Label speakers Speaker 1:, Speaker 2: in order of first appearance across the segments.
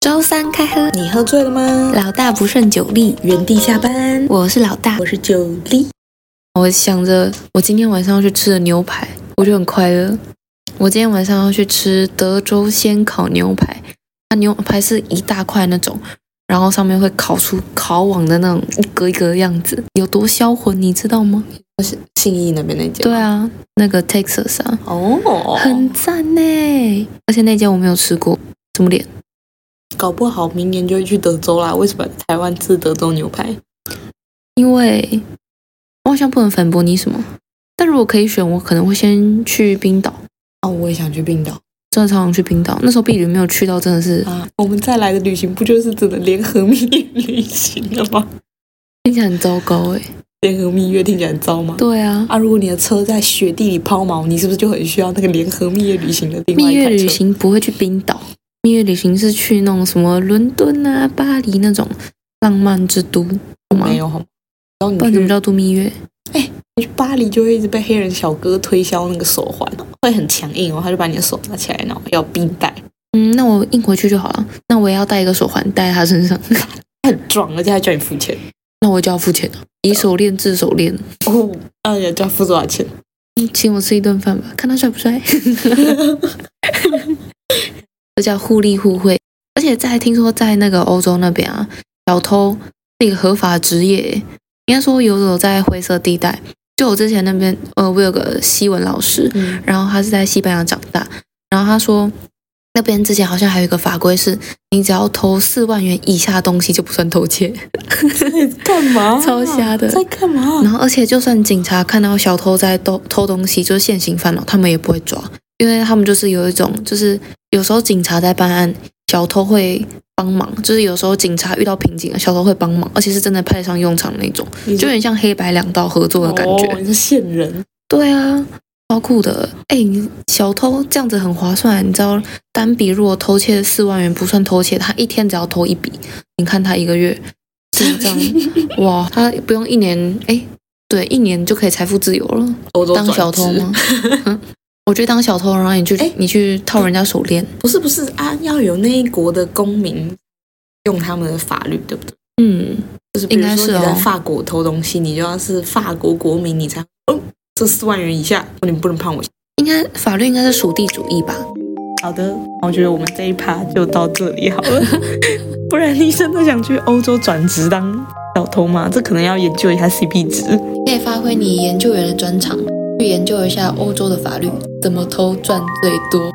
Speaker 1: 高三开喝，
Speaker 2: 你喝醉了吗？
Speaker 1: 老大不胜酒力，
Speaker 2: 原地下班。
Speaker 1: 我是老大。
Speaker 2: 我是九力，
Speaker 1: 我想着我今天晚上要去吃的牛排，我就很快乐。我今天晚上要去吃德州鲜烤牛排，它牛排是一大块那种，然后上面会烤出烤网的那种一格一格的样子，有多销魂你知道吗？
Speaker 2: 信义那边那间。
Speaker 1: 对。啊，那个 Texas 啊，
Speaker 2: 哦，
Speaker 1: 很赞呢。而且那间我没有吃过，怎么脸？
Speaker 2: 搞不好明年就会去德州啦。为什么台湾吃德州牛排？
Speaker 1: 因为我好像不能反驳你什么，但如果可以选，我可能会先去冰岛。
Speaker 2: 哦，我也想去冰岛
Speaker 1: 真的超想去冰岛，那时候避旅没有去到，真的是
Speaker 2: 啊！我们再来的旅行不就是只能联合蜜月旅行了吗？
Speaker 1: 听起来很糟糕哎、
Speaker 2: 联合蜜月听起来很糟吗？
Speaker 1: 对啊，
Speaker 2: 啊，如果你的车在雪地里抛锚，你是不是就很需要那个联合蜜月旅行的另外
Speaker 1: 蜜
Speaker 2: 一
Speaker 1: 月
Speaker 2: 台
Speaker 1: 旅
Speaker 2: 车？
Speaker 1: 行不会去冰岛，蜜月旅行是去那种什么伦敦啊、巴黎那种浪漫之都，好吗
Speaker 2: 没？有好吗？然后你
Speaker 1: 不然怎么
Speaker 2: 去
Speaker 1: 叫度蜜月？
Speaker 2: 你去巴黎就会一直被黑人小哥推销那个手环，会很强硬哦，他就把你的手拿起来，然后要冰带，
Speaker 1: 嗯，那我硬回去就好了。那我也要带一个手环戴在他身上，
Speaker 2: 他很壮，而且还叫你付钱。
Speaker 1: 那我就要付钱了，以手链制手链。
Speaker 2: 哦，哎呀，就要付多少钱？
Speaker 1: 嗯请我吃一顿饭吧，看他帅不帅。 这叫互利互惠，而且在听说在那个欧洲那边啊，小偷是一个合法职业，应该说游走在灰色地带。就我之前那边，呃，我有个西文老师，
Speaker 2: 嗯，
Speaker 1: 然后他是在西班牙长大，然后他说那边之前好像还有一个法规是，你只要偷四万元以下的东西就不算偷窃。
Speaker 2: 干嘛？
Speaker 1: 超瞎的
Speaker 2: 在干嘛？
Speaker 1: 然后，而且就算警察看到小偷在偷偷东西，就是现行犯了，他们也不会抓，因为他们就是有一种，就是有时候警察在办案，小偷会帮忙，就是有时候警察遇到瓶颈了，小偷会帮忙，而且是真的派上用场那种，
Speaker 2: 你
Speaker 1: 就有点像黑白两道合作的感觉。
Speaker 2: 哦、你是线人，
Speaker 1: 对啊，超酷的。哎，你小偷这样子很划算，你知道单笔如果偷窃四万元不算偷窃，他一天只要偷一笔，你看他一个月进 账，哇，他不用一年，哎，对，一年就可以财富自由了。
Speaker 2: 欧洲
Speaker 1: 当
Speaker 2: 转
Speaker 1: 小偷
Speaker 2: 职
Speaker 1: 吗？嗯我觉得当小偷，然后你去
Speaker 2: 哎
Speaker 1: 你去套人家手链，
Speaker 2: 不是不是啊，要有那一国的公民用他们的法律，对不对？
Speaker 1: 嗯，
Speaker 2: 就是比如
Speaker 1: 应该
Speaker 2: 说
Speaker 1: 是哦
Speaker 2: 你在法国偷东西，你就要是法国国民，你才哦，这四万元以下，你不能判我。
Speaker 1: 应该法律应该是属地主义吧？
Speaker 2: 好的，我觉得我们这一趴就到这里 好了，不然你真的想去欧洲转职当小偷吗？这可能要研究一下 CP 值。
Speaker 1: 可以发挥你研究员的专长，去研究一下欧洲的法律，怎么偷赚最多。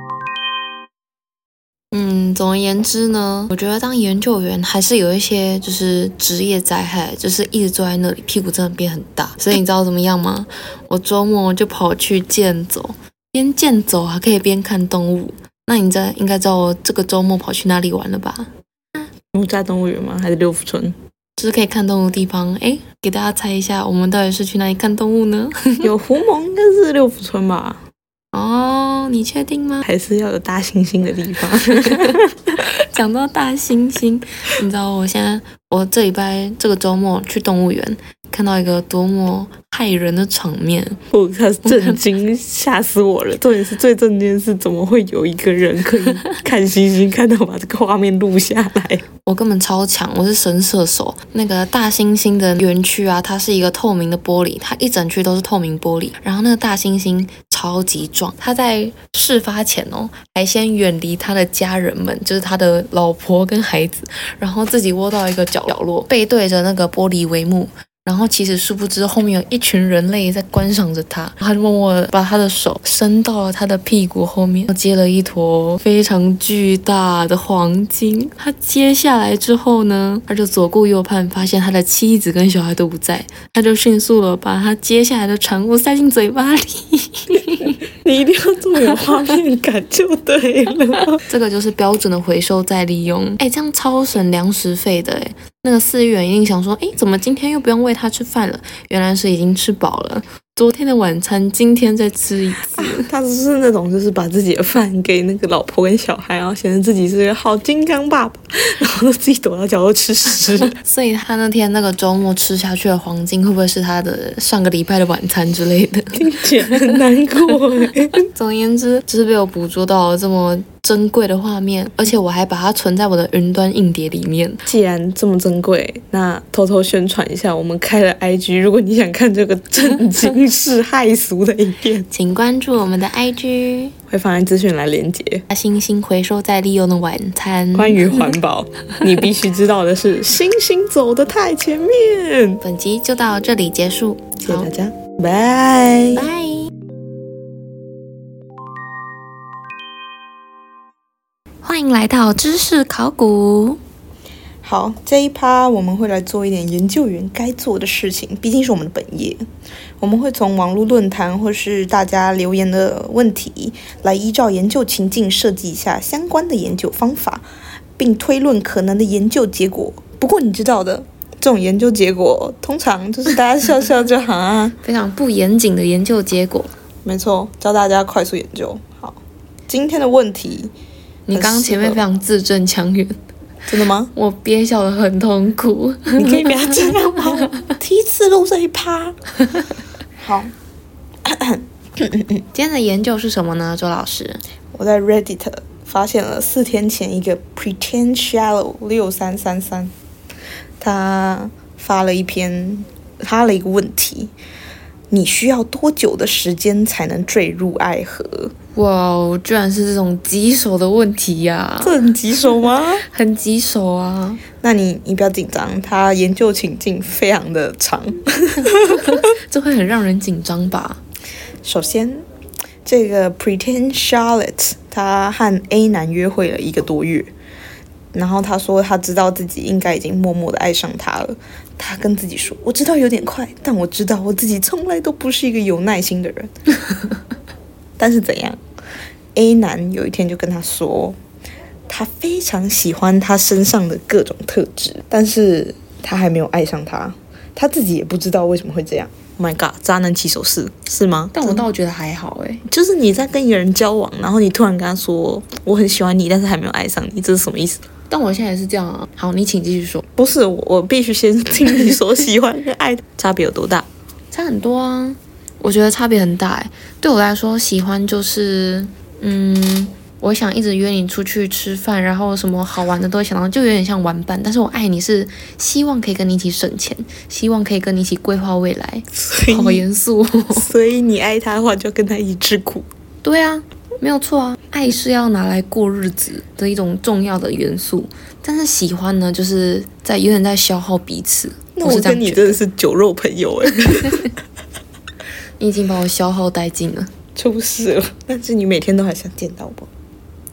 Speaker 1: 嗯，总而言之呢，我觉得当研究员还是有一些就是职业灾害，就是一直坐在那里，屁股真的变很大。所以你知道怎么样吗？我周末就跑去健走，边健走还可以边看动物。那你在应该知道我这个周末跑去哪里玩了吧？
Speaker 2: 木栅动物园吗？还是六福 村？
Speaker 1: 就是可以看动物的地方。诶，给大家猜一下，我们到底是去哪里看动物呢？
Speaker 2: 有狐獴应该是六福村吧？
Speaker 1: 哦，你确定吗？
Speaker 2: 还是要有大猩猩的地方？
Speaker 1: 讲到大猩猩，你知道我现在我这礼拜这个周末去动物园，看到一个多么骇人的场面。
Speaker 2: 我靠，震惊，吓死我了！重点是最震惊的是，怎么会有一个人可以看星星，看到把这个画面录下来？
Speaker 1: 我根本超强，我是神射手。那个大猩猩的园区啊，它是一个透明的玻璃，它一整区都是透明玻璃。然后那个大猩猩超级壮，它在事发前哦，还先远离它的家人们，就是它的老婆跟孩子，然后自己窝到一个角角落，背对着那个玻璃帷幕。然后其实殊不知后面有一群人类在观赏着它，他就默默地把他的手伸到了他的屁股后面，接了一坨非常巨大的黄金。他接下来之后呢，他就左顾右盼，发现他的妻子跟小孩都不在，他就迅速的把他接下来的产物塞进嘴巴里。
Speaker 2: 你一定要这么有画面感就对了。
Speaker 1: 这个就是标准的回收再利用。哎，这样超省粮食费的哎。那个饲员一定想说，哎，怎么今天又不用喂它吃饭了？原来是已经吃饱了，昨天的晚餐今天再吃一次。
Speaker 2: 他只是那种，就是把自己的饭给那个老婆跟小孩，然后显得自己是个好金刚爸爸，然后自己躲到角落吃屎。
Speaker 1: 所以他那天那个周末吃下去的黄金，会不会是他的上个礼拜的晚餐之类的？
Speaker 2: 听起来很难过哎、
Speaker 1: 总而言之，就是被我捕捉到了这么珍贵的画面，而且我还把它存在我的云端硬碟里面。
Speaker 3: 既然这么珍贵，那偷偷宣传一下，我们开了 IG，如果你想看这个震惊世骇俗的影 片，
Speaker 1: 请关注我们的 IG，
Speaker 3: 会放在资讯栏连接。
Speaker 1: 把星星回收再利用的晚餐。
Speaker 3: 关于环保，你必须知道的是，星星走得太前面。
Speaker 1: 本集就到这里结束，
Speaker 3: 谢谢
Speaker 1: 好
Speaker 3: 大，家，拜
Speaker 1: 拜。欢迎来到知识考古。
Speaker 2: 好，这一趴我们会来做一点研究员该做的事情，毕竟是我们的本业。我们会从网络论坛或是大家留言的问题，来依照研究情境设计一下相关的研究方法，并推论可能的研究结果。不过你知道的，这种研究结果通常就是大家笑笑就好啊。
Speaker 1: 非常不严谨的研究结果。
Speaker 2: 没错，教大家快速研究。好，今天的问题
Speaker 1: 你刚刚前面非常字正腔圆，
Speaker 2: 真 的吗？
Speaker 1: 我憋笑得很痛 苦。
Speaker 2: 你可以不要这样吗？我第一次录这一趴。好，
Speaker 1: 今天的研究是什么呢，周老师？
Speaker 2: 我在 Reddit 发现了四天前一个 Pretend Shallow 六三三三，他发了一篇，他了一个问题：你需要多久的时间才能坠入爱河？
Speaker 1: 哇哦，居然是这种棘手的问题呀、
Speaker 2: 啊这很棘手吗？
Speaker 1: 很棘手啊！
Speaker 2: 那你你不要紧张，他研究情境非常的长。
Speaker 1: 这会很让人紧张吧？
Speaker 2: 首先，这个 Pretend Charlotte 她和 A 男约会了一个多月，然后她说她知道自己应该已经默默的爱上他了。她跟自己说：“我知道有点快，但我知道我自己从来都不是一个有耐心的人。” 但是怎样？A 男有一天就跟她说，他非常喜欢他身上的各种特质，但是他还没有爱上他，他自己也不知道为什么会这样。Oh my god，渣男起手式是吗？
Speaker 1: 但我倒觉得还好诶、哎
Speaker 2: 就是你在跟一个人交往，然后你突然跟他说我很喜欢你，但是还没有爱上你，这是什么意思？
Speaker 1: 但我现在也是这样啊。好，你请继续说。
Speaker 2: 不是我，我必须先听你所喜欢跟爱的差别有 多大。
Speaker 1: 差很多啊，我觉得差别很大诶、对我来说，喜欢就是，嗯，我想一直约你出去吃饭，然后什么好玩的都会想到，就有点像玩伴。但是我爱你是希望可以跟你一起省钱，希望可以跟你一起规划未来。
Speaker 2: 所
Speaker 1: 好
Speaker 2: 以，
Speaker 1: 严 肃、哦。
Speaker 2: 所以你爱他的话，就要跟他一起吃苦。
Speaker 1: 对啊，没有错啊，爱是要拿来过日子的一种重要的元素，但是喜欢呢，就是在有点在消耗彼此。
Speaker 2: 那
Speaker 1: 我
Speaker 2: 我
Speaker 1: 是这
Speaker 2: 跟
Speaker 1: 样
Speaker 2: 你
Speaker 1: 觉得，
Speaker 2: 真的是酒肉朋友哎、
Speaker 1: 你已经把我消耗殆尽了。
Speaker 2: 出事了。 但是你每天都还想见到我。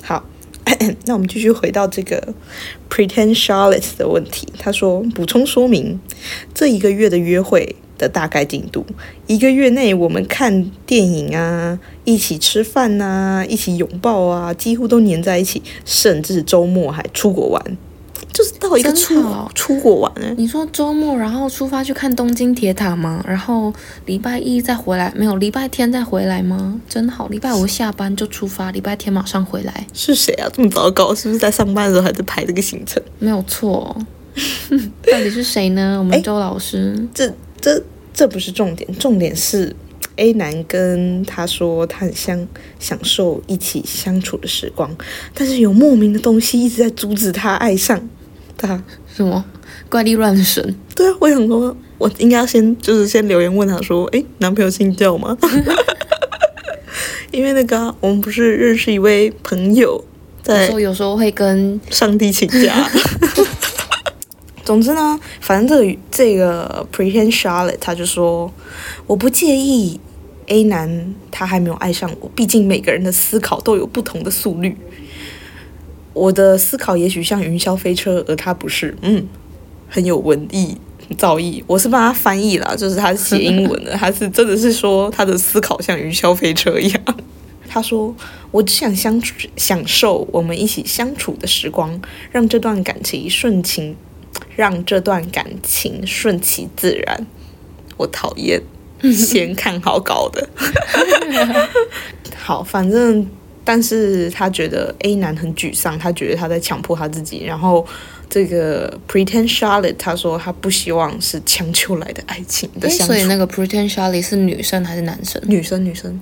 Speaker 2: 好， 那我们继续回到这个 Pretend Charlotte 的问题。他说，补充说明这一个月的约会的大概进度。一个月内，我们看电影啊，一起吃饭呐、一起拥抱啊，几乎都黏在一起，甚至周末还出国玩。就是到一个
Speaker 1: 真
Speaker 2: 出
Speaker 1: 好
Speaker 2: 出国玩、欸，
Speaker 1: 你说周末然后出发去看东京铁塔吗？然后礼拜一再回来，没有礼拜天再回来吗？真好，礼拜五下班就出发，礼拜天马上回来，
Speaker 2: 是谁啊？这么糟糕？是不是在上班的时候还在排这个行程？
Speaker 1: 没有错哦。 到底是谁呢？我们
Speaker 2: 哎
Speaker 1: 周老师，
Speaker 2: 这这这不是重点，重点是 A 男跟他说他很像享受一起相处的时光，但是有莫名的东西一直在阻止他爱上他。
Speaker 1: 什么怪力乱神？
Speaker 2: 对啊，我想说，我应该要先就是先留言问他说，诶，男朋友姓叫吗？ 因为那个啊、我们不是认识一位朋友
Speaker 1: 有
Speaker 2: 在
Speaker 1: 时候有时候会跟
Speaker 2: 上帝请假。 总之呢，反正这个这个 Pretend Charlotte 他就说，我不介意 A 男他还没有爱上我，毕竟每个人的思考都有不同的速率。我的思考也许像云霄飞车，而他不是，嗯，很有文艺造诣。我是帮他翻译啦，就是他写英文的，他是真的是说他的思考像云霄飞车一样。他说：“我只想相处，享受我们一起相处的时光，让这段感情顺其，让这段感情顺其自然。我讨厌先看好稿的。 好，反正，但是他觉得 A 男很沮丧，他觉得他在强迫他自己。然后这个 Pretend Charlotte 他说他不希望是强求来的爱情的
Speaker 1: 诶
Speaker 2: 相处。
Speaker 1: 所以那个 Pretend Charlie 是女生还是男生？
Speaker 2: 女生，女生。”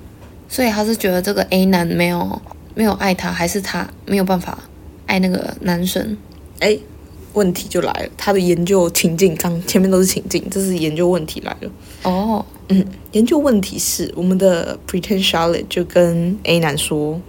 Speaker 1: 所以他是觉得这个 A 男没有没有爱他，还是他没有办法爱那个男生？
Speaker 2: 哎，问题就来了，他的研究情境刚前面都是情境，这是研究问题来了。
Speaker 1: 哦，
Speaker 2: 嗯，研究问题是我们的 Pretend Charlotte 就跟 A 男说，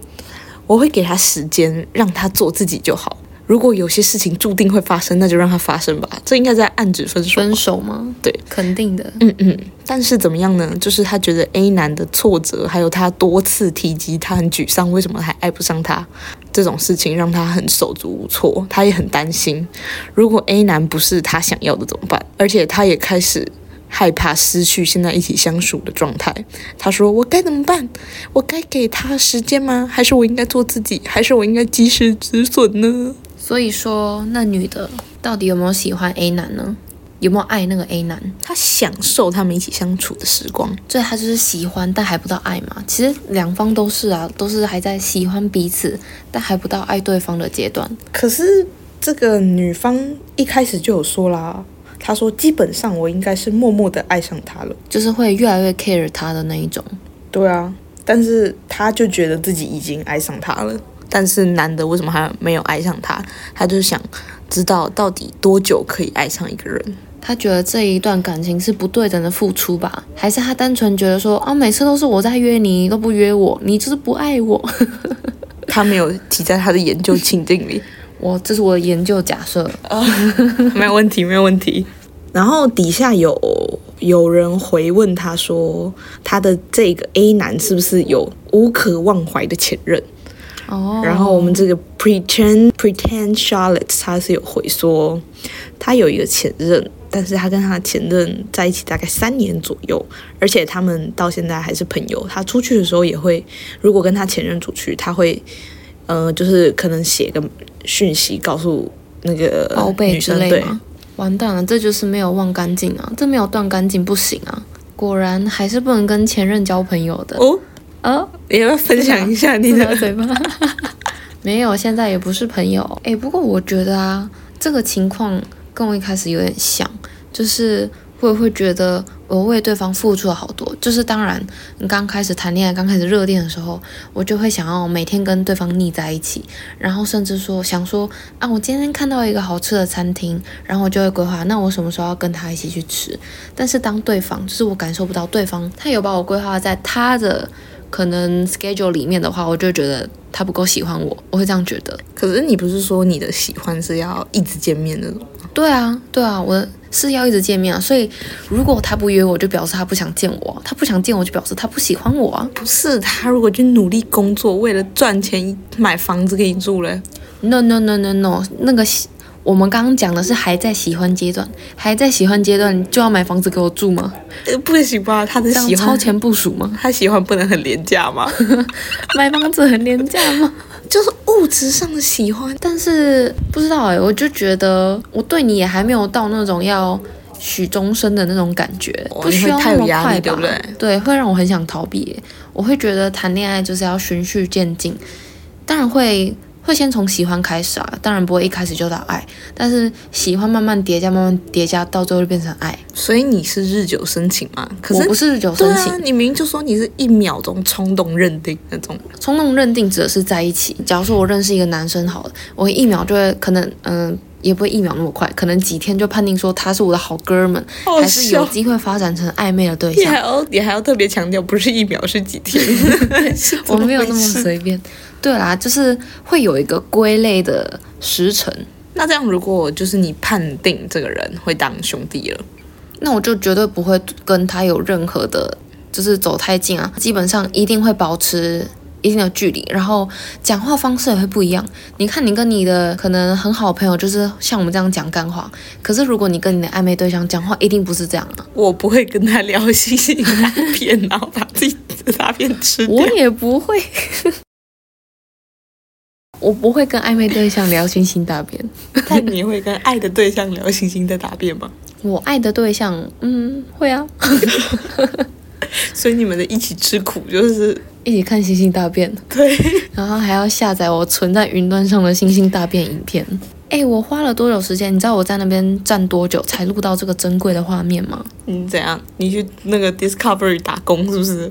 Speaker 2: 我会给他时间，让他做自己就好。如果有些事情注定会发生，那就让它发生吧。这应该在暗指分手吧。
Speaker 1: 分手吗？
Speaker 2: 对，
Speaker 1: 肯定的。
Speaker 2: 嗯嗯，但是怎么样呢？就是他觉得 A 男的挫折，还有他多次提及他很沮丧，为什么还爱不上他这种事情，让他很手足无措，他也很担心。如果 A 男不是他想要的怎么办？而且他也开始害怕失去现在一起相处的状态。他说：“我该怎么办？我该给他时间吗？还是我应该做自己？还是我应该及时止损呢？”
Speaker 1: 所以说，那女的到底有没有喜欢 A 男呢？有没有爱那个 A 男？
Speaker 2: 他享受他们一起相处的时光。
Speaker 1: 所以他就是喜欢，但还不到爱嘛。其实两方都是啊，都是还在喜欢彼此，但还不到爱对方的阶段。
Speaker 2: 可是这个女方一开始就有说啦，她说基本上我应该是默默的爱上他了。
Speaker 1: 就是会越来越 care 他的那一种。
Speaker 2: 对啊，但是她就觉得自己已经爱上他了。但是男的为什么还没有爱上她？她就想知道到底多久可以爱上一个人。
Speaker 1: 他觉得这一段感情是不对等的付出吧？还是他单纯觉得说啊，每次都是我在约你，你都不约我，你就是不爱我？
Speaker 2: 她没有提在她的研究情境里，
Speaker 1: 我这是我的研究假设，
Speaker 2: 没有问题，没有问题。然后底下有有人回问她说，她的这个 A 男是不是有无可忘怀的前任？
Speaker 1: 哦，
Speaker 2: 然后我们这个 pretend pretend Charlotte，她是有回说，她有一个前任，但是她跟她的前任在一起大概三年左右，而且他们到现在还是朋友。她出去的时候也会，如果跟她前任出去，她会，呃，就是可能写个讯息告诉那个
Speaker 1: 报备
Speaker 2: 呃女
Speaker 1: 之
Speaker 2: 生，
Speaker 1: 类
Speaker 2: 对，
Speaker 1: 吗？完蛋了，这就是没有忘干净啊，这没有断干净不行啊。果然还是不能跟前任交朋友的
Speaker 2: 哦，
Speaker 1: 哦，
Speaker 2: 你要不要分享一下你
Speaker 1: 自打
Speaker 2: 的？啊
Speaker 1: 嘴巴。 没有，现在也不是朋友。哎、不过我觉得啊，这个情况跟我一开始有点像，就是我也会觉得我为对方付出了好多。就是当然，你刚开始谈恋爱、刚开始热恋的时候，我就会想要每天跟对方腻在一起，然后甚至说想说啊，我今天看到一个好吃的餐厅，然后我就会规划，那我什么时候要跟他一起去吃。但是当对方就是我感受不到对方，他有把我规划在他的可能 schedule 里面的话，我就会觉得他不够喜欢我，我会这样觉得。
Speaker 2: 可是你不是说你的喜欢是要一直见面那种？
Speaker 1: 对啊，对啊，我是要一直见面啊，所以如果他不约我，就表示他不想见我啊；他不想见我，就表示他不喜欢我啊。
Speaker 2: 不是，他如果去努力工作，为了赚钱买房子给你住嘞。
Speaker 1: No no no no no，那个喜我们刚刚讲的是还在喜欢阶段，还在喜欢阶段你就要买房子给我住吗？
Speaker 2: 呃，不行吧？他的
Speaker 1: 这样
Speaker 2: 喜
Speaker 1: 超
Speaker 2: 欢，
Speaker 1: 前部署吗？
Speaker 2: 他喜欢不能很廉价 吗？
Speaker 1: 买房子很廉价吗？
Speaker 2: 就是物质上的喜欢，
Speaker 1: 但是不知道哎、我就觉得我对你也还没有到那种要许终身的那种感觉，
Speaker 2: 哦
Speaker 1: 不需要那么
Speaker 2: 你会太有压
Speaker 1: 快吧？
Speaker 2: 力对不对
Speaker 1: 会让我很想逃避、欸。我会觉得谈恋爱就是要循序渐进，当然会会先从喜欢开始啊，当然不会一开始就到爱，但是喜欢慢慢叠加，慢慢叠加，到最后就变成爱。
Speaker 2: 所以你是日久生情嘛？可
Speaker 1: 我
Speaker 2: 是
Speaker 1: 不是日久
Speaker 2: 对
Speaker 1: 生情
Speaker 2: 啊，，你明明就说你是一秒钟冲动认定那种，
Speaker 1: 冲动认定指的是在一起。假如说我认识一个男生好了，我一秒就会可能，嗯、也不会一秒那么快，可能几天就判定说他是我的好哥们，
Speaker 2: 好
Speaker 1: 还是有
Speaker 2: 笑
Speaker 1: 机会发展成暧昧的对
Speaker 2: 你还
Speaker 1: 象。
Speaker 2: 要你还要特别强调，不是一秒是几天， 是怎
Speaker 1: 我没有
Speaker 2: 回
Speaker 1: 那么
Speaker 2: 事
Speaker 1: 随便。对啦，就是会有一个归类的时辰，
Speaker 2: 那这样，如果就是你判定这个人会当兄弟了，
Speaker 1: 那我就绝对不会跟他有任何的，就是走太近啊，基本上一定会保持。一定的距离，然后讲话方式也会不一样。你看，你跟你的可能很好的朋友，就是像我们这样讲干话。可是如果你跟你的暧昧对象讲话，一定不是这样啊。
Speaker 2: 我不会跟他聊心性大片，然后把自己的大便吃掉
Speaker 1: 我。也不会， 我不会跟暧昧对象聊星星大便。
Speaker 2: 但你会跟爱的对象聊星星的大便吗？
Speaker 1: 我爱的对象，嗯，会啊，
Speaker 2: 所以你们的一起吃苦就是
Speaker 1: 一起看星星大便。
Speaker 2: 对，
Speaker 1: 然后还要下载我存在云端上的星星大便影片。哎，我花了多久时间？你知道我在那边站多久才录到这个珍贵的画面吗？
Speaker 2: 嗯你怎样？你去那个 Discovery 打工是不是？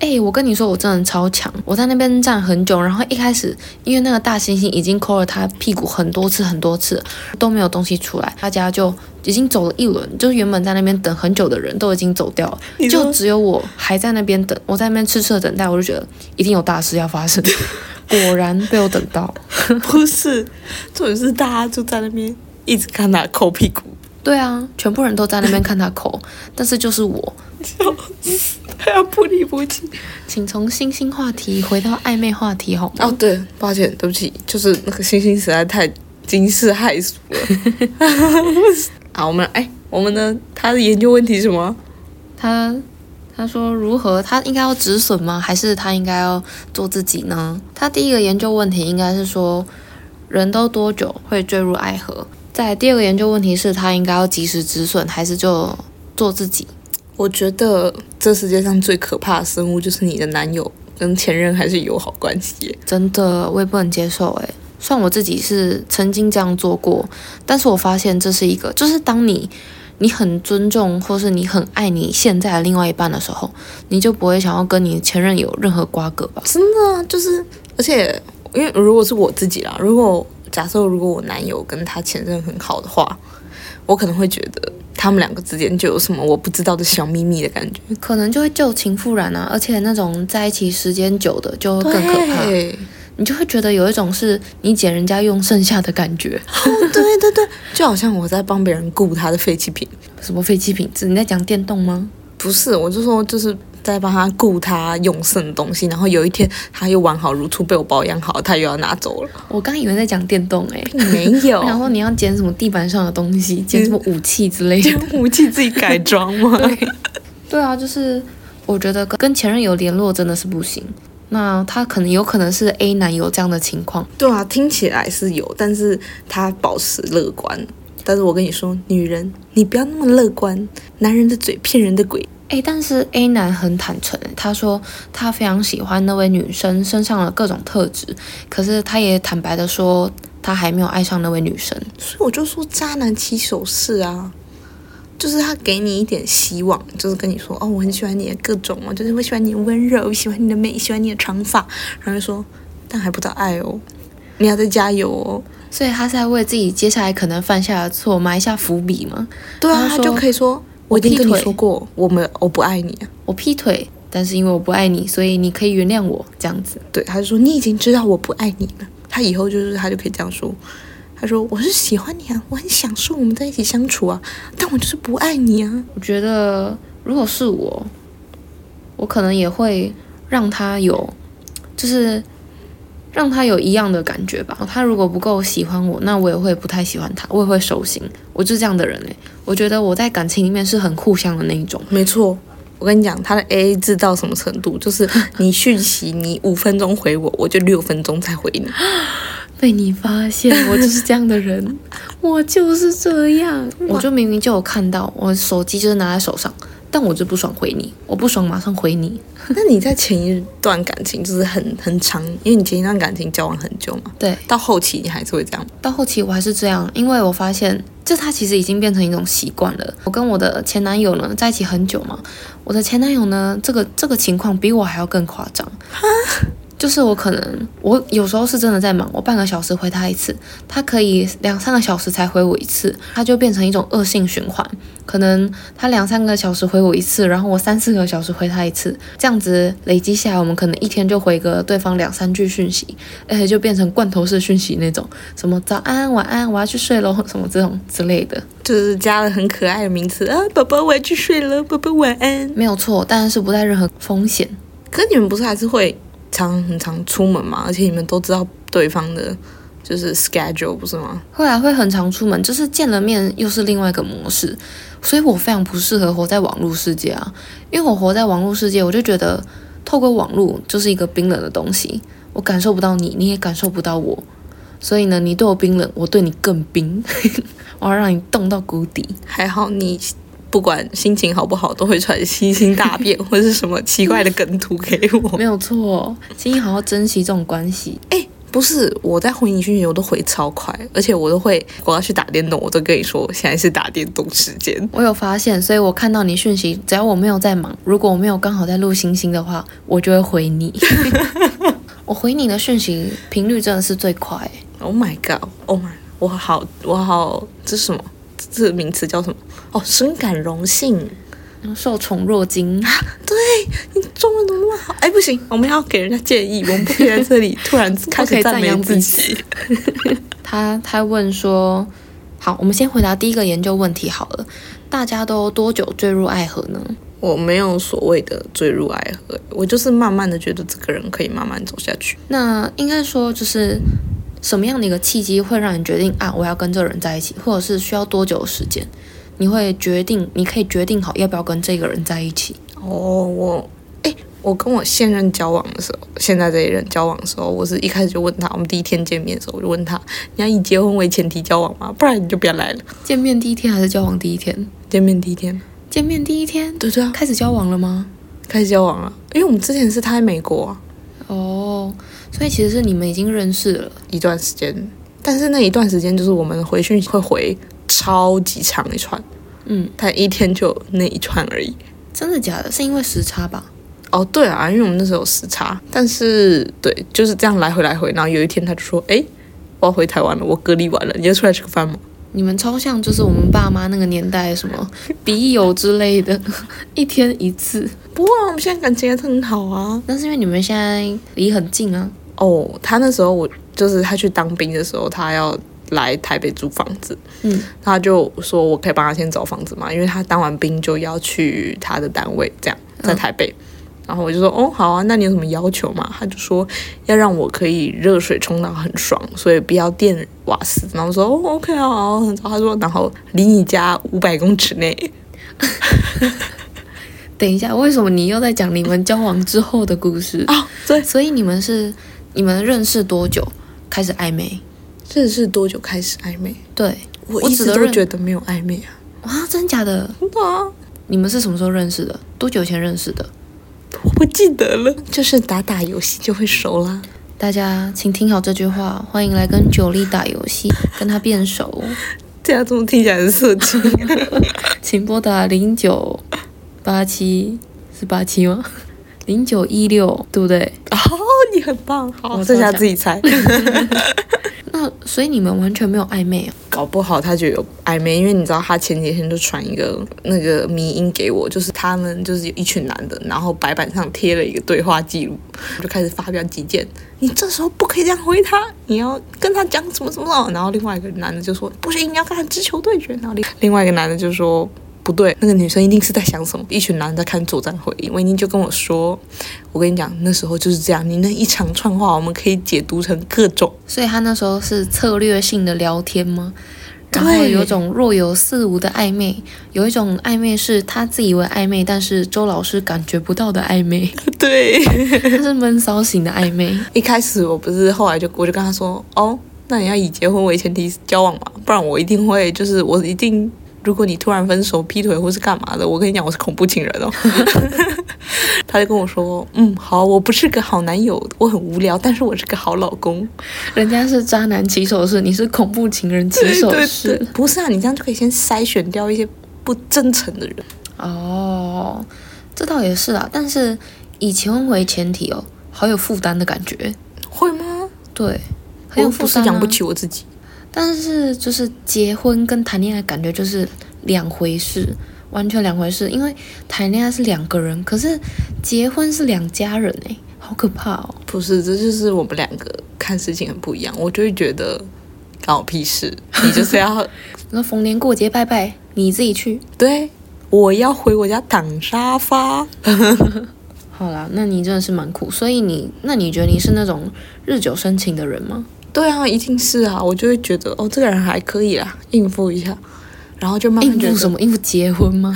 Speaker 1: 哎、我跟你说，我真的超强！我在那边站很久，然后一开始因为那个大猩猩已经抠了他屁股很多次很多次，都没有东西出来，大家就已经走了一轮，就是原本在那边等很久的人都已经走掉了，
Speaker 3: 你说
Speaker 1: 就只有我还在那边等。我在那边痴痴的等待，我就觉得一定有大事要发 生，果然被我等到。
Speaker 3: 不是，重点是大家就在那边一直看他抠屁股，
Speaker 1: 对啊，全部人都在那边看他抠，但是就是我。
Speaker 2: 哎
Speaker 3: 他要不离不弃。
Speaker 1: 请从星星话题回到暧昧话题好吗？
Speaker 2: 哦，对，抱歉，对不起，就是那个星星实在太惊世骇俗了。 好，我们哎，我们的他的研究问题是什么？
Speaker 1: 他他说如何？他应该要止损吗？还是他应该要做自己呢？他第一个研究问题应该是说，人都多久会坠入爱河？在第二个研究问题是他应该要及时止损，还是就做自己？
Speaker 2: 我觉得这世界上最可怕的生物就是你的男友跟前任还是友好关系耶。
Speaker 1: 真的，我也不能接受诶，虽然我自己是曾经这样做过，但是我发现这是一个，就是当你你很尊重或是你很爱你现在的另外一半的时候，你就不会想要跟你前任有任何瓜葛吧？
Speaker 2: 真的啊，就是，而且因为如果是我自己啦，如果假设如果我男友跟他前任很好的话，我可能会觉得他们两个之间就有什么我不知道的小秘密的感觉，
Speaker 1: 可能就会旧情复燃啊，而且那种在一起时间久的就会更可怕，
Speaker 2: 对
Speaker 1: 你就会觉得有一种是你捡人家用剩下的感觉，
Speaker 2: 对对对，就好像我在帮别人雇他的废弃品，
Speaker 1: 什么废弃品质？你在讲电动吗？
Speaker 2: 不是，我就说就是在帮他雇他用剩的东西，然后有一天他又完好如初被我保养好，他又要拿走了，
Speaker 1: 我刚以为在讲电动诶、欸。
Speaker 2: 没有
Speaker 1: 我想说你要捡什么地板上的东西，捡什么武器之类的。
Speaker 2: 武器自己改装吗？
Speaker 1: 对啊，就是我觉得跟跟前任有联络真的是不行。那他可能有可能是 A 男有这样的情况，
Speaker 2: 对啊，听起来是有，但是他保持乐观。但是我跟你说，女人，你不要那么乐观，男人的嘴骗人的鬼。
Speaker 1: 诶，但是 A 男很坦诚，他说他非常喜欢那位女生身上的各种特质，可是他也坦白的说他还没有爱上那位女生。
Speaker 2: 所以我就说，渣男起手式啊，就是他给你一点希望，就是跟你说，哦，我很喜欢你的各种哦，就是我喜欢你的温柔，喜欢你的美，喜欢你的长发，然后就说，但还不到爱哦，你要再加油哦。
Speaker 1: 所以他是在为自己接下来可能犯下的错埋下伏笔吗？
Speaker 2: 对啊，
Speaker 1: 然后
Speaker 2: 他
Speaker 1: 说
Speaker 2: 就可以说，
Speaker 1: 我
Speaker 2: 我已经
Speaker 1: 劈
Speaker 2: 跟你
Speaker 1: 腿
Speaker 2: 说过，我们我不爱你啊。
Speaker 1: 我劈腿，但是因为我不爱你，所以你可以原谅我这样子。
Speaker 2: 对，他就说你已经知道我不爱你了。他以后就是他就可以这样说，他说我是喜欢你啊，我很享受我们在一起相处啊，但我就是不爱你啊。
Speaker 1: 我觉得如果是我，我可能也会让他有，就是让他有一样的感觉吧。他如果不够喜欢我，那我也会不太喜欢他，我也会收心。我就是这样的人诶、我觉得我在感情里面是很互相的那一种。
Speaker 2: 没错，我跟你讲，他的 A A 制到什么程度，就是你讯息你五分钟回我，我就六分钟才回你。
Speaker 1: 被你发现，我就是这样的人，我就是这样。我就明明就有看到，我手机就是拿在手上，但我就不爽回你，我不爽马上回你。
Speaker 2: 那你在前一段感情就是很很长，因为你前一段感情交往很久嘛，
Speaker 1: 对，
Speaker 2: 到后期你还是会这样。
Speaker 1: 到后期我还是这样，因为我发现这它其实已经变成一种习惯了。我跟我的前男友呢在一起很久嘛，我的前男友呢这个这个情况比我还要更夸张。就是我可能我有时候是真的在忙，我半个小时回他一次，他可以两三个小时才回我一次，他就变成一种恶性循环。可能他两三个小时回我一次，然后我三四个小时回他一次，这样子累积下来，我们可能一天就回个对方两三句讯息，而且就变成罐头式讯息那种，什么早安、晚安，我要去睡喽， 什么这种之类的，
Speaker 2: 就是加了很可爱的名词啊，宝宝我要去睡了，宝宝晚安。
Speaker 1: 没有错，但是不带任何风险。
Speaker 2: 可你们不是还是会常很常出门吗？而且你们都知道对方的，就是 schedule 不是吗？
Speaker 1: 后来会很常出门，就是见了面又是另外一个模式，所以我非常不适合活在网络世界啊，因为我活在网络世界，我就觉得透过网络就是一个冰冷的东西，我感受不到你，你也感受不到我，所以呢，你对我冰冷，我对你更冰， 我要让你冻到谷底。
Speaker 2: 还好你不管心情好不好，都会传星星大便 或者是什么奇怪的梗图给我
Speaker 1: 没。有错，请你好好珍惜这种关系。
Speaker 2: 哎、不是我在回你讯息，我都回超快，而且我都会我要去打电动，我都跟你说现在是打电动时间。
Speaker 1: 我有发现，所以我看到你讯息，只要我没有在忙，如果我没有刚好在录星星的话，我就会回你。 我回你的讯息频率真的是最快、欸
Speaker 2: Oh my god！Oh my，我好我好，这是什么？这个名词叫什么？哦，深感荣幸。
Speaker 1: 嗯受宠若惊。
Speaker 2: 对你中文怎么那么好？哎，不行，我们要给人家建议，我们不可以在这里突然开
Speaker 1: 不可
Speaker 2: 始
Speaker 1: 以
Speaker 2: 赞
Speaker 1: 赞
Speaker 2: 美
Speaker 1: 扬
Speaker 2: 自
Speaker 1: 彼
Speaker 2: 己。
Speaker 1: 他他问说，好，我们先回答第一个研究问题好了。大家都多久坠入爱河呢？
Speaker 2: 我没有所谓的坠入爱河，我就是慢慢的觉得这个人可以慢慢走下去。
Speaker 1: 那应该说就是什么样的一个契机会让你决定啊，我要跟这个人在一起，或者是需要多久的时间，你会决定，你可以决定好要不要跟这个人在一起。
Speaker 2: 哦，我哎、我跟我现任交往的时候，现在这一任交往的时候，我是一开始就问他，我们第一天见面的时候，我就问他，你要以结婚为前提交往吗？不然你就不要来了。
Speaker 1: 见面第一天还是交往第一天？
Speaker 2: 见面第一天，
Speaker 1: 见面第一天
Speaker 2: 对对啊，
Speaker 1: 开始交往了吗？
Speaker 2: 开始交往了，因为我们之前是他在美国啊，
Speaker 1: 哦，所以其实是你们已经认识了。
Speaker 2: 一段时间，但是那一段时间就是我们回讯息会回超级长一串，
Speaker 1: 嗯，
Speaker 2: 但一天就那一串而已。
Speaker 1: 真的假的？是因为时差吧？
Speaker 2: 哦，对啊，因为我们那时候有时差，但是对，就是这样来回来回。然后有一天他就说：“哎，我要回台湾了，我隔离完了，你要出来吃个饭吗
Speaker 1: 你们超像就是我们爸妈那个年代什 么笔友之类的，一天一次。？”
Speaker 2: 不过、啊、我们现在感情还是很好啊。
Speaker 1: 那是因为你们现在离很近啊。
Speaker 2: 哦，他那时候我就是他去当兵的时候，他要来台北租房子，
Speaker 1: 嗯，
Speaker 2: 他就说我可以帮他先找房子嘛，因为他当完兵就要去他的单位，这样在台北。然后我就说哦好啊，那你有什么要求吗？他就说要让我可以热水冲到很爽，所以不要电瓦斯。然后我说哦 OK 啊，好很早。他说然后离你家五百公尺内，
Speaker 1: 等一下，为什么你又在讲你们交往之后的故事？
Speaker 2: 哦，对，
Speaker 1: 所以你们是你们认识多久开始暧昧？
Speaker 2: 这是多久开始暧昧？
Speaker 1: 对，
Speaker 2: 我
Speaker 1: 我
Speaker 2: 一
Speaker 1: 只
Speaker 2: 直
Speaker 1: 能
Speaker 2: 都
Speaker 1: 认
Speaker 2: 觉得没有暧昧啊，
Speaker 1: 哇，真假的？
Speaker 2: 真的啊，
Speaker 1: 你们是什么时候认识的？多久前认识的？
Speaker 2: 我不记得了，就是打打游戏就会熟啦。
Speaker 1: 大家请听好这句话，欢迎来跟九力打游戏，跟他变熟，
Speaker 2: 这样怎么听起来很色情？
Speaker 1: 请拨打零九八七是八七吗？ 零九一六对不对？
Speaker 2: 哦，你很棒，好，
Speaker 1: 我
Speaker 2: 剩下
Speaker 1: 抽奖
Speaker 2: 自己猜。
Speaker 1: 那所以你们完全没有暧昧啊？
Speaker 2: 搞不好他就有暧昧，因为你知道他前几天就传一个那个迷音给我，就是他们就是有一群男的，然后白板上贴了一个对话记录，我就开始发表己见。你这时候不可以这样回他，你要跟他讲什么什么什么。 然后另外一个男的就说不行，你要跟他直球对决。然后另另外一个男的就说。不对，那个女生一定是在想什么。一群男人在看作战会议，维尼就跟我说：“我跟你讲，那时候就是这样。你那一长串话，我们可以解读成各种。
Speaker 1: 所以他那时候是策略性的聊天吗？
Speaker 2: 对
Speaker 1: 然后有种若有似无的暧昧，有一种暧昧是他自以为暧昧，但是周老师感觉不到的暧昧，”
Speaker 2: 对，
Speaker 1: 他是闷骚型的暧昧。
Speaker 2: 一开始我不是，后来就我就跟他说，哦，那你要以结婚为前提交往嘛，不然我一定会就是我一定，如果你突然分手、劈腿或是干嘛的，我跟你讲我是恐怖情人 哦。他就跟我说，嗯，好，我不是个好男友，我很无聊，但是我是个好老公。
Speaker 1: 人家是渣男起手式，你是恐怖情人起手式。
Speaker 2: 不是啊，你这样就可以先筛选掉一些不真诚的人。
Speaker 1: 哦，这倒也是啊，但是以结婚为前提哦，好有负担的感觉，
Speaker 2: 会吗？
Speaker 1: 对，
Speaker 2: 我
Speaker 1: 很有
Speaker 2: 又
Speaker 1: 负
Speaker 2: 不是
Speaker 1: 担、啊。
Speaker 2: 养不起我自己。
Speaker 1: 但是就是结婚跟谈恋爱感觉就是两回事，完全两回事。因为谈恋爱是两个人，可是结婚是两家人哎、好可怕哦！
Speaker 2: 不是，这就是我们两个看事情很不一样。我就会觉得，干我屁事，你就是要
Speaker 1: 那逢年过节拜拜，你自己去。
Speaker 2: 对，我要回我家躺沙发。
Speaker 1: 好啦，那你真的是蛮苦，所以你那你觉得你是那种日久生情的人吗？
Speaker 2: 对啊，一定是啊，我就会觉得哦，这个人还可以啦，应付一下，然后就慢慢
Speaker 1: 应
Speaker 2: 觉
Speaker 1: 付
Speaker 2: 得
Speaker 1: 哎什么？应付结婚 吗？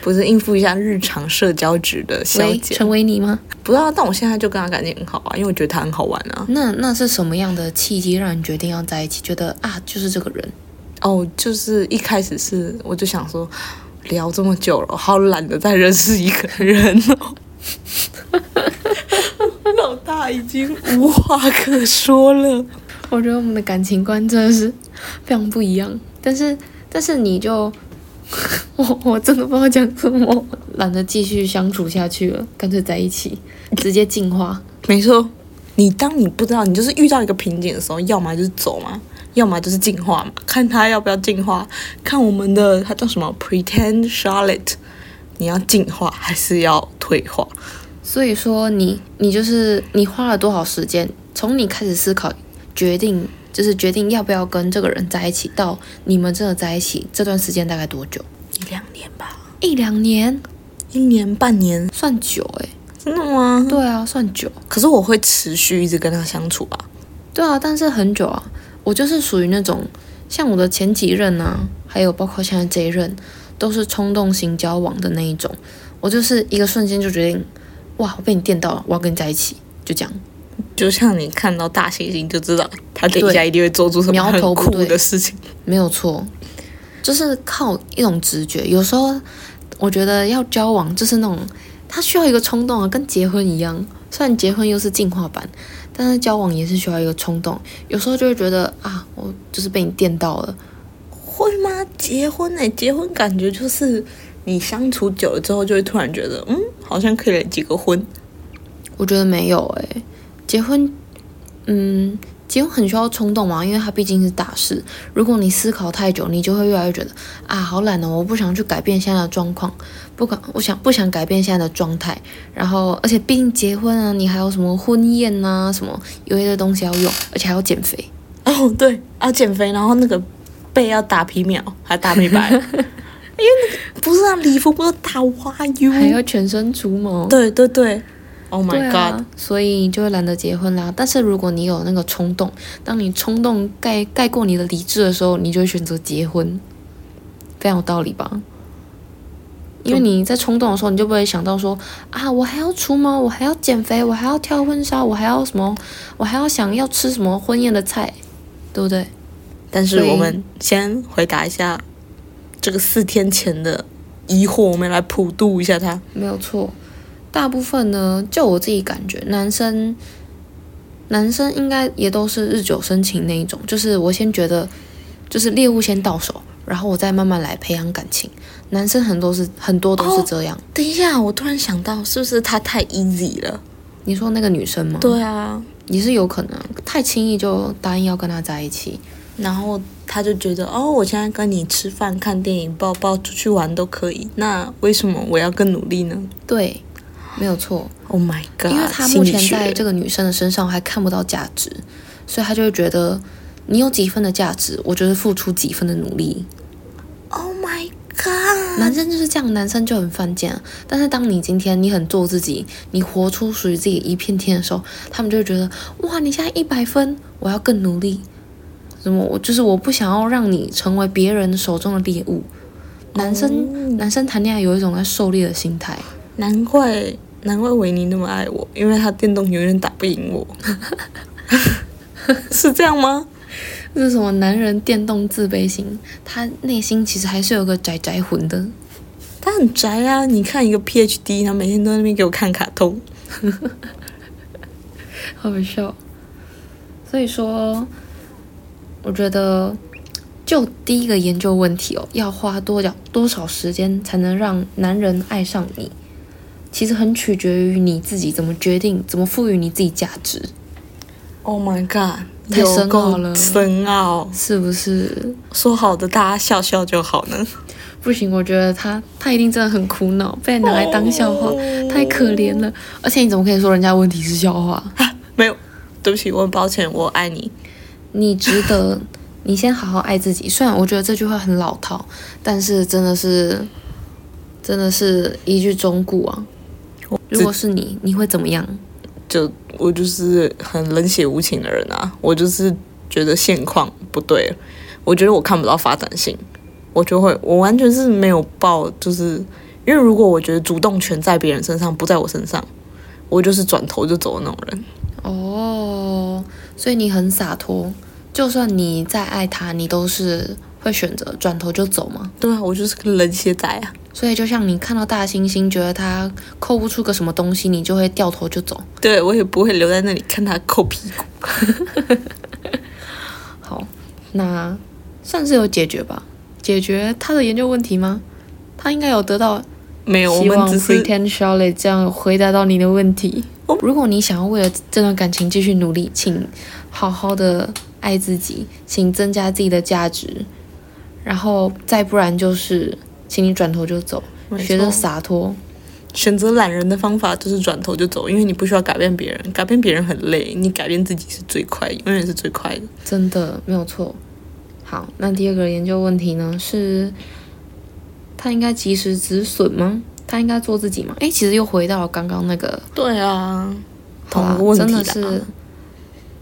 Speaker 2: 不是应付一下日常社交值的消
Speaker 1: 喂，
Speaker 2: 减。
Speaker 1: 成为你吗？
Speaker 2: 不知道，但我现在就跟他感情很好啊，因为我觉得他很好玩啊。
Speaker 1: 那那是什么样的契机让你决定要在一起？觉得啊，就是这个人。
Speaker 2: 哦，就是一开始是我就想说，聊这么久了， 好懒得再认识一个人哦。老大下已经无话可说了。
Speaker 1: 我觉得我们的感情观真的是非常不一样，但是但是你就 我我真的不知道讲什么，懒得继续相处下去了，干脆在一起，直接进化。
Speaker 2: 没错，你当你不知道，你就是遇到一个瓶颈的时候，要么就是走嘛，要么就是进化嘛，看他要不要进化，看我们的他叫什么 Pretend Charlotte，你要进化还是要退化？
Speaker 1: 所以说你你就是你花了多少时间，从你开始思考决定，就是决定要不要跟这个人在一起，到你们真的在一起这段时间大概多久？
Speaker 2: 一两年吧，
Speaker 1: 一两年
Speaker 2: 一年半年，
Speaker 1: 算久诶、
Speaker 2: 真的吗？
Speaker 1: 对啊，算久。
Speaker 2: 可是我会持续一直跟他相处吧。
Speaker 1: 对啊，但是很久啊，我就是属于那种，像我的前几任啊，还有包括现在这一任，都是冲动型交往的那一种。我就是一个瞬间就决定，哇，我被你电到了，我要跟你在一起，就这样。
Speaker 2: 就像你看到大猩猩就知道他等一下
Speaker 1: 对
Speaker 2: 一定会做出什么
Speaker 1: 苗
Speaker 2: 很
Speaker 1: 头不
Speaker 2: 酷
Speaker 1: 对
Speaker 2: 的事情，
Speaker 1: 没有错，就是靠一种直觉。有时候我觉得要交往，就是那种他需要一个冲动啊，跟结婚一样。虽然结婚又是进化版，但是交往也是需要一个冲动。有时候就会觉得啊，我就是被你电到了，
Speaker 2: 会吗？结婚呢、结婚感觉就是你相处久了之后，就会突然觉得，嗯，好像可以来结个婚。
Speaker 1: 我觉得没有诶、结婚，嗯，结婚很需要冲动嘛，因为它毕竟是大事。如果你思考太久，你就会越来越觉得啊，好懒哦，我不想去改变现在的状况，不敢，我想不想改变现在的状态。然后，而且毕竟结婚啊，你还有什么婚宴呐、什么有一堆东西要用，而且还要减肥。
Speaker 2: 哦，对，要减肥，然后那个背要打皮秒，还打美 白，因为那个不是啊，礼服不是打花 U，
Speaker 1: 还要全身除毛。
Speaker 2: 对对对，Oh my
Speaker 1: 对
Speaker 2: god，、
Speaker 1: 啊，所以你就会懒得结婚啦。但是如果你有那个冲动，当你冲动盖盖过你的理智的时候，你就会选择结婚，非常有道理吧？因为你在冲动的时候，你就不会想到说啊，我还要除毛，我还要减肥，我还要挑婚纱，我还要什么，我还要想要吃什么婚宴的菜，对不对？
Speaker 2: 但是
Speaker 1: 所以
Speaker 2: 我们先回答一下这个四天前的疑惑，我们来普度一下它。
Speaker 1: 没有错。大部分呢，就我自己感觉，男生男生应该也都是日久生情那一种，就是我先觉得就是猎物先到手，然后我再慢慢来培养感情。男生很多是很多都是这样。
Speaker 2: 等一下，我突然想到，是不是它太 easy 了？
Speaker 1: 你说那个女生吗？，
Speaker 2: 对啊，
Speaker 1: 也是有可能太轻易就答应要跟他在一起。
Speaker 2: 然后他就觉得，哦，我现在跟你吃饭、看电影、抱抱、出去玩都可以，那为什么我要更努力呢
Speaker 1: 对，没有错。
Speaker 2: ？Oh my god！
Speaker 1: 因为他目
Speaker 2: 心理
Speaker 1: 前
Speaker 2: 学
Speaker 1: 在这个女生的身上还看不到价值，所以他就会觉得你有几分的价值，我就是付出几分的努力。
Speaker 2: Oh my god！
Speaker 1: 男生就是这样，男生就很犯贱啊。但是当你今天你很做自己，你活出属于自己的一片天的时候，他们就会觉得哇，你现在一百分，我要更努力。什么？我就是我不想要让你成为别人手中的猎物。男生、男生谈恋爱有一种在狩猎的心态，
Speaker 2: 难怪难怪维尼那么爱我，因为他电动永远打不赢 我，是这样吗？
Speaker 1: 这是什么男人电动自卑心？他内心其实还是有个宅宅魂的。
Speaker 2: 他很宅啊！你看一个 PhD，他每天都在那边给我看卡通。
Speaker 1: 好好笑。所以说，我觉得就第一个研究问题哦，要花多少多少时间才能让男人爱上你？其实很取决于你自己怎么决定，怎么赋予你自己价值，
Speaker 2: Oh my god！
Speaker 1: 太深奥
Speaker 2: 有够
Speaker 1: 了
Speaker 2: 深奥。
Speaker 1: 是不是？
Speaker 2: 说好的大家笑笑就好呢。
Speaker 1: 不行，我觉得他他一定真的很苦恼，被拿来当笑话，太可怜了。而且你怎么可以说人家问题是笑话？
Speaker 2: 没有，对不起，我很抱歉，我爱你。
Speaker 1: 你值得， 你先好好爱自己。虽然我觉得这句话很老套，但是真的是，真的是一句忠固啊。如果是你，你会怎么样？
Speaker 2: 就我就是很冷血无情的人啊，我就是觉得现况不对，我觉得我看不到发展性，我就会我完全是没有抱，就是因为如果我觉得主动权在别人身上，不在我身上，我就是转头就走的那种人。
Speaker 1: 哦，所以你很洒脱，就算你再爱他，你都是会选择转头就走吗？
Speaker 2: 对啊，我就是个冷血仔啊。
Speaker 1: 所以就像你看到大猩猩，觉得它抠不出个什么东西，你就会掉头就走。
Speaker 2: 对我也不会留在那里看他扣屁股。
Speaker 1: 好，那算是有解决吧？解决他的研究问题吗？他应该有得到
Speaker 2: 没有，我
Speaker 1: 希
Speaker 2: 们
Speaker 1: 望
Speaker 2: 只
Speaker 1: p r e
Speaker 2: 是哦
Speaker 1: t e n Charlotte 这样回答到你的问题。如果你想要为了这段感情继续努力，请好好的爱自己，请增加自己的价值，然后再不然就是，请你转头就走，
Speaker 2: 没
Speaker 1: 学着
Speaker 2: 错
Speaker 1: 洒脱。
Speaker 2: 选择懒人的方法就是转头就走，因为你不需要改变别人，改变别人很累，你改变自己是最快，永远是最快的。
Speaker 1: 真的没有错。好，那第二个研究问题呢是，他应该及时止损吗？他应该做自己吗？诶，其实又回到刚刚那个，
Speaker 2: 对啊，同
Speaker 1: 好啦啊
Speaker 2: 一个问
Speaker 1: 真的
Speaker 2: 题
Speaker 1: 是
Speaker 2: 啦。，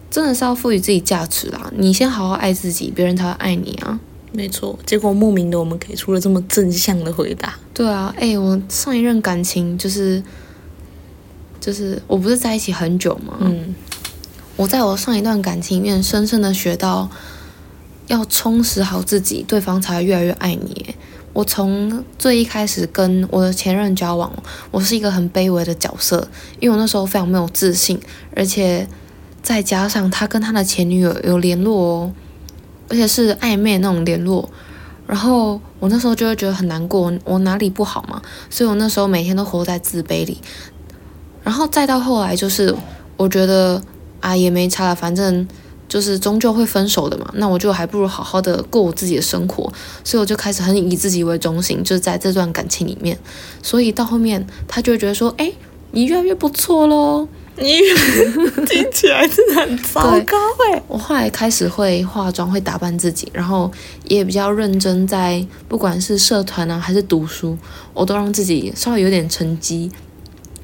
Speaker 1: 真的是要赋予自己价值啦。你先好好爱自己，别人才会爱你啊。
Speaker 2: 没错，结果莫名的我们给出了这么正向的回答。
Speaker 1: 对啊，诶，我上一任感情就是，就是我不是在一起很久吗？
Speaker 2: 嗯，
Speaker 1: 我在我上一段感情里面深深的学到，要充实好自己，对方才会越来越爱你耶。我从最一开始跟我的前任交往，我是一个很卑微的角色，因为我那时候非常没有自信，而且再加上他跟他的前女友有联络哦，而且是暧昧那种联络，然后我那时候就会觉得很难过，我哪里不好嘛？所以我那时候每天都活在自卑里，然后再到后来就是我觉得啊也没差了，反正就是终究会分手的嘛，那我就还不如好好的过我自己的生活，所以我就开始很以自己为中心，就是在这段感情里面，所以到后面他就会觉得说，哎，你越来越不错喽。
Speaker 2: 你听起来真的很糟糕 哎、
Speaker 1: 我后来开始会化妆，会打扮自己，然后也比较认真在不管是社团啊还是读书，我都让自己稍微有点成绩。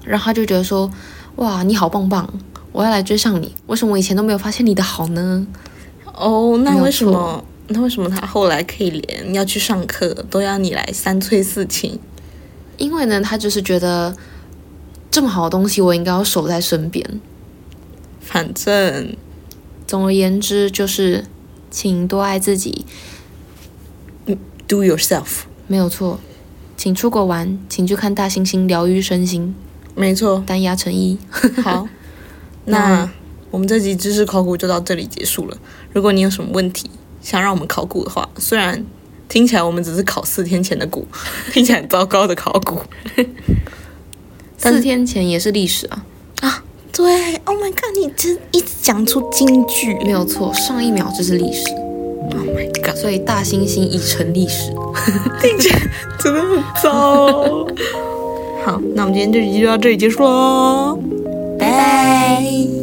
Speaker 1: 然后他就觉得说：“哇，你好棒棒，我要来追上你，为什么我以前都没有发现你的好呢
Speaker 2: 哦，那
Speaker 1: 没有
Speaker 2: 为什
Speaker 1: 错
Speaker 2: 么？那为什么他后来可以连要去上课都要你来三催四请？？”
Speaker 1: 因为呢，他就是觉得这么好的东西，我应该要守在身边。
Speaker 2: 反正
Speaker 1: 总而言之，就是请多爱自己，
Speaker 2: do yourself，
Speaker 1: 没有错。请出国玩，请去看大猩猩，疗愈身心，
Speaker 2: 没错。
Speaker 1: 单压成一。
Speaker 2: 好，
Speaker 1: 那
Speaker 2: 那我们这集知识考古就到这里结束了。如果你有什么问题想让我们考古的话，虽然听起来我们只是考四天前的古，听起来很糟糕的考古。但是
Speaker 1: 四天前也是历史啊，
Speaker 2: 对，Oh my god，你真一直讲出京剧
Speaker 1: 没有错，上一秒就是历史，
Speaker 2: ，Oh my god，
Speaker 1: 所以大猩猩已成历史。
Speaker 2: 听起来真的很糟。哦 好，那我们今天这集就到这里结束喽，拜拜